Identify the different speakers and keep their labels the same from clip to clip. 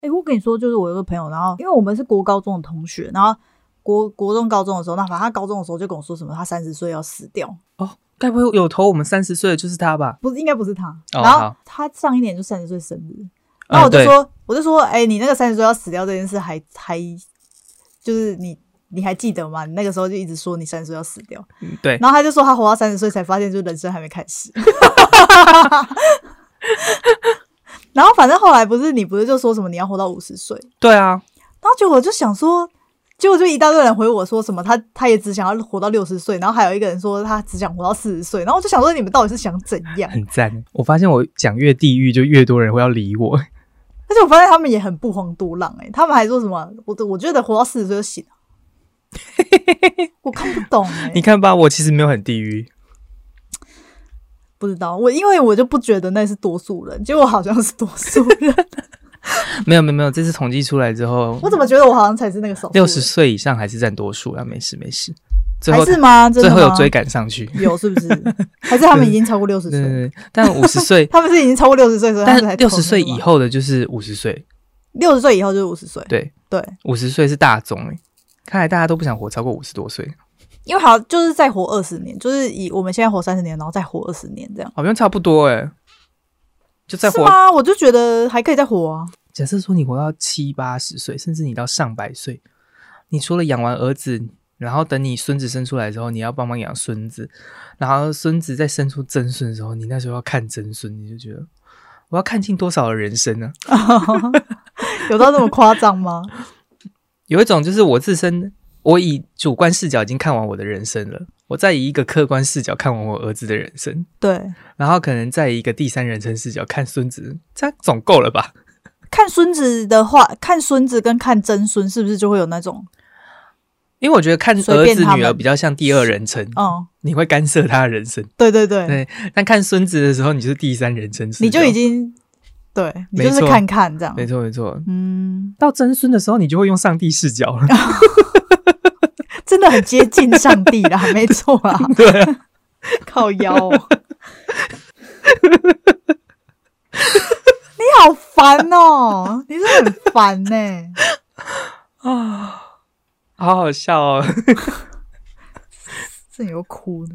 Speaker 1: 哎、我跟你说，就是我有个朋友，然后因为我们是国高中的同学，然后国国中、高中的时候，那反正他高中的时候就跟我说什么，他三十岁要死掉，
Speaker 2: 哦，该不会有头我们三十岁的就是他吧？
Speaker 1: 不是应该不是他。
Speaker 2: 哦
Speaker 1: 然后
Speaker 2: 好嗯
Speaker 1: 他上一年就三十岁生日，然后我就
Speaker 2: 对
Speaker 1: 说，我就说，哎、你那个三十岁要死掉这件事还还就是你你还记得吗？你那个时候就一直说你三十岁要死掉，
Speaker 2: 嗯对，
Speaker 1: 然后他就说他活到三十岁才发现，就人生还没开始。 然后反正后来不是你不是就说什么你要活到五十岁，
Speaker 2: 对啊，
Speaker 1: 然后结果我就想说，结果就一大堆人回我说什么他他也只想要活到六十岁，然后还有一个人说他只想活到四十岁，然后我就想说你们到底是想怎样？
Speaker 2: 很赞。我发现我讲越地狱，就越多人会要理我。
Speaker 1: 哎而且我发现他们也很不遑多让哎、他们还说什么我我觉得活到四十岁就行了， 我看不懂哎、
Speaker 2: 你看吧，我其实没有很地狱。
Speaker 1: 不知道我因为我就不觉得那是多数人，结果好像是多数人，
Speaker 2: 没有没有没有，这次统计出来之后，
Speaker 1: 我怎么觉得我好像才是那个少数人
Speaker 2: 六十岁以上还是占多数啊？没事没事，最
Speaker 1: 还
Speaker 2: 后
Speaker 1: 是吗？真的
Speaker 2: 最
Speaker 1: 吗
Speaker 2: 后有追赶上去。
Speaker 1: 有是不是？还是他们已经超过六十
Speaker 2: 对 对
Speaker 1: 岁？
Speaker 2: 对， 但五十岁，
Speaker 1: 他们是已经超过六十岁，所以他们才
Speaker 2: 但六十岁
Speaker 1: 投那个
Speaker 2: 以
Speaker 1: 吗，
Speaker 2: 后的就是五十岁，
Speaker 1: 六十岁以后就是五十岁。
Speaker 2: 对，
Speaker 1: 对，
Speaker 2: 五十岁是大宗哎、看来大家都不想活超过五十多岁，
Speaker 1: 因为好像就是再活二十年，就是以我们现在活三十年，然后再活二十年这样，
Speaker 2: 好像差不多哎、就再
Speaker 1: 是
Speaker 2: 活。
Speaker 1: 吗？我就觉得还可以再活啊。
Speaker 2: 假设说你活到七八十岁，甚至你到上百岁，你除了养完儿子，然后等你孙子生出来之后，你要帮忙养孙子，然后孙子再生出曾孙的时候，你那时候要看曾孙，你就觉得我要看尽多少的人生呢、
Speaker 1: 有到那么夸张吗？
Speaker 2: 有一种就是我自身，我以主观视角已经看完我的人生了，我再以一个客观视角看完我儿子的人生，
Speaker 1: 对，
Speaker 2: 然后可能再以一个第三人称视角看孙子，这样总够了吧？
Speaker 1: 看孙子的话，看孙子跟看曾孙是不是就会有那种
Speaker 2: 因为我觉得看
Speaker 1: 随
Speaker 2: 儿
Speaker 1: 便
Speaker 2: 子
Speaker 1: 他
Speaker 2: 女儿
Speaker 1: 们
Speaker 2: 比较像第二人称，
Speaker 1: 嗯，
Speaker 2: 你会干涉他的人生。
Speaker 1: 对对对，
Speaker 2: 对，但看孙子的时候，你就是第三人称视角，
Speaker 1: 你就已经对你就是
Speaker 2: 没错
Speaker 1: 看看这样，
Speaker 2: 没错没错。
Speaker 1: 嗯，
Speaker 2: 到曾孙的时候，你就会用上帝视角 了。
Speaker 1: 真的很接近上帝啦，没错啊，
Speaker 2: 对啊，
Speaker 1: 靠腰、哦。 你好烦哦，你是很烦呢、
Speaker 2: 好好笑 哦。
Speaker 1: 这有哭的。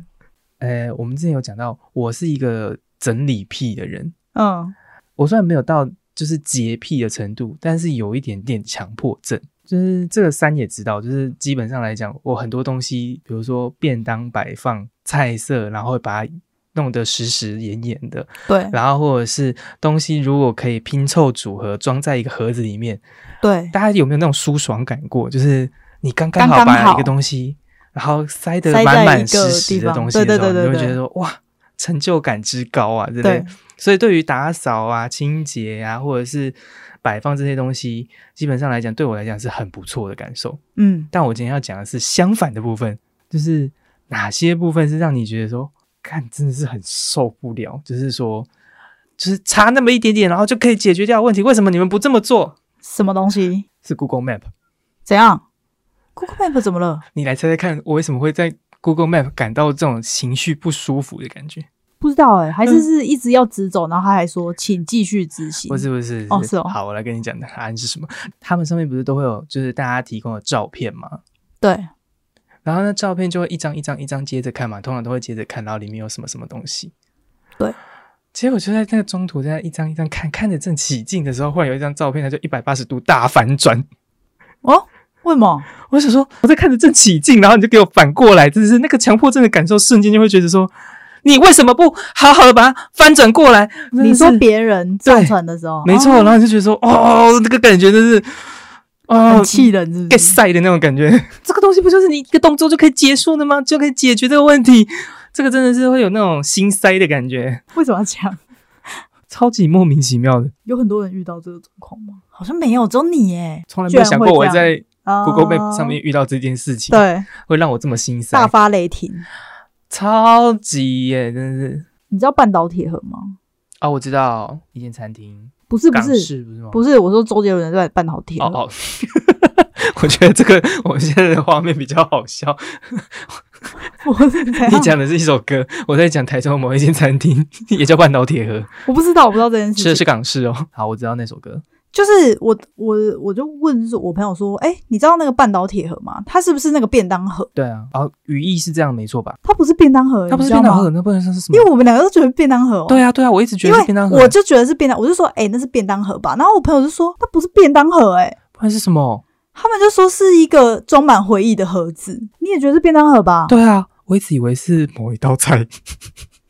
Speaker 2: 哎，我们之前有讲到，我是一个整理癖的人。
Speaker 1: 嗯，
Speaker 2: 我虽然没有到就是洁癖的程度，但是有一点点强迫症。就是这个三也知道，就是基本上来讲，我很多东西，比如说便当摆放菜色，然后会把它弄得实实严严的，
Speaker 1: 对
Speaker 2: 然后或者是东西如果可以拼凑组合装在一个盒子里面，
Speaker 1: 对，
Speaker 2: 大家有没有那种舒爽感过？就是你刚刚
Speaker 1: 刚
Speaker 2: 好
Speaker 1: 刚
Speaker 2: 把
Speaker 1: 好
Speaker 2: 一个东西，然后塞得
Speaker 1: 塞在
Speaker 2: 满
Speaker 1: 一个
Speaker 2: 满实实
Speaker 1: 地
Speaker 2: 的
Speaker 1: 方
Speaker 2: 东西的
Speaker 1: 对
Speaker 2: 时候，
Speaker 1: 对对对
Speaker 2: 你会觉
Speaker 1: 对
Speaker 2: 得说哇，成就感之高啊，对不
Speaker 1: 对
Speaker 2: 对？所以对于打扫啊、清洁啊，或者是摆放这些东西，基本上来讲，对我来讲是很不错的感受。
Speaker 1: 嗯，
Speaker 2: 但我今天要讲的是相反的部分，就是哪些部分是让你觉得说，看真的是很受不了，就是说，就是差那么一点点，然后就可以解决掉问题，为什么你们不这么做？
Speaker 1: 什么东西？
Speaker 2: 是 Google Map，
Speaker 1: 怎样？Google Map 怎么了？
Speaker 2: 你来猜猜看，我为什么会在 Google Map 感到这种情绪不舒服的感觉？
Speaker 1: 不知道哎、还是是一直要直走，然后他还说请继续执行。
Speaker 2: 不是不是
Speaker 1: 哦是哦
Speaker 2: 好，我来跟你讲答案是什么。他们上面不是都会有就是大家提供的照片吗？
Speaker 1: 对
Speaker 2: 然后呢，照片就会一张一张一张接着看嘛，通常都会接着看，然后里面有什么什么东西。
Speaker 1: 对。
Speaker 2: 结果就在那个中途，在那一张一张看，看着正起劲的时候，忽然有一张照片，它就一百八十度大反转。
Speaker 1: 哦，为什么？
Speaker 2: 我想说，我在看着正起劲，然后你就给我反过来，真是那个强迫症的感受，瞬间就会觉得说，你为什么不好好的把它翻转过来？真的
Speaker 1: 你说
Speaker 2: 是
Speaker 1: 别人
Speaker 2: 对
Speaker 1: 上传的时候，
Speaker 2: 没错，然后就觉得说，哦，这个感觉真是，
Speaker 1: 哦
Speaker 2: 哦
Speaker 1: 很，气人是不
Speaker 2: get
Speaker 1: 是？
Speaker 2: 晒的那种感觉。这个东西不就是你一个动作就可以结束的吗？就可以解决这个问题？这个真的是会有那种心塞的感觉，
Speaker 1: 为什么要这样？
Speaker 2: 超级莫名其妙的，
Speaker 1: 有很多人遇到这个状况吗？好像没有，只有你哎、
Speaker 2: 从来没有想过我会哦在
Speaker 1: 啊
Speaker 2: Google Map 上面遇到这件事情，
Speaker 1: 对
Speaker 2: 会让我这么心塞
Speaker 1: 大，发雷霆。
Speaker 2: 超级耶，真的是
Speaker 1: 你知道半岛铁盒吗？
Speaker 2: 啊、我知道一间餐厅，
Speaker 1: 不是不
Speaker 2: 港
Speaker 1: 是
Speaker 2: 式不是吗？
Speaker 1: 不是，我说周杰伦在半岛铁盒
Speaker 2: 哦 哦。我觉得这个我们现在的画面比较好笑。
Speaker 1: 我是怎样
Speaker 2: 你讲的是一首歌，我在讲台中某一间餐厅，也叫半岛铁盒。
Speaker 1: 我不知道，我不知道这件事
Speaker 2: 吃
Speaker 1: 情。
Speaker 2: 的是港式哦。好，我知道那首歌。
Speaker 1: 就是我我我就问我朋友说，哎、你知道那个半岛铁盒吗？它是不是那个便当盒？
Speaker 2: 对啊，哦，语义是这样没错吧？
Speaker 1: 它不是便当盒，
Speaker 2: 它不
Speaker 1: 你
Speaker 2: 是
Speaker 1: 知道
Speaker 2: 便当
Speaker 1: 吗
Speaker 2: 盒，，那不能算是什么？
Speaker 1: 因为我们两个都觉得便当盒、哦。
Speaker 2: 对啊，对啊，我一直觉
Speaker 1: 因
Speaker 2: 得
Speaker 1: 为
Speaker 2: 是便当盒，
Speaker 1: 我就觉得是便当，我就说，哎、那是便当盒吧。然后我朋友就说，那不是便当盒、哎，
Speaker 2: 不然是什么？
Speaker 1: 他们就说是一个装满回忆的盒子。你也觉得是便当盒吧？
Speaker 2: 对啊，我一直以为是某一道菜，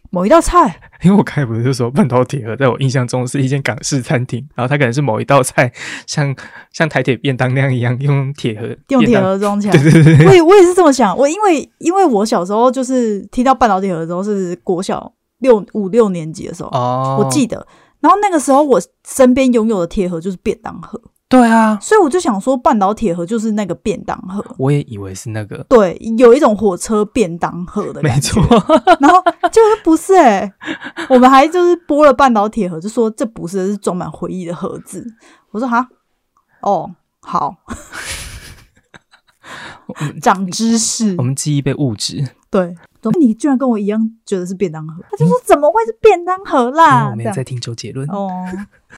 Speaker 1: 某一道菜，
Speaker 2: 因为我刚才不是就说半岛铁盒，在我印象中是一间港式餐厅，然后它可能是某一道菜，像像台铁便当那样一样，用铁盒
Speaker 1: 用
Speaker 2: 便
Speaker 1: 铁
Speaker 2: 当
Speaker 1: 盒装起来。
Speaker 2: 对对对对，
Speaker 1: 我也我也是这么想，我因为因为我小时候就是听到半导体盒的时候是国小六五六年级的时候，
Speaker 2: 哦，
Speaker 1: 我记得。然后那个时候我身边拥有的铁盒就是便当盒，
Speaker 2: 对啊，
Speaker 1: 所以我就想说半岛铁盒就是那个便当盒。
Speaker 2: 我也以为是那个，
Speaker 1: 对，有一种火车便当盒的
Speaker 2: 没
Speaker 1: 感觉，
Speaker 2: 错，
Speaker 1: 然后结果就不是哎、我们还就是拨了半岛铁盒，就说这不是，这是装满回忆的盒子。我说哈，哦，好，长知识
Speaker 2: 我，们记忆被物质，
Speaker 1: 对，怎么你居然跟我一样觉得是便当盒？他就说怎么会是便当盒
Speaker 2: 因为
Speaker 1: 啦
Speaker 2: 嗯
Speaker 1: 啊
Speaker 2: 我？们
Speaker 1: 这
Speaker 2: 也
Speaker 1: 样
Speaker 2: 在听周杰伦。
Speaker 1: 哦，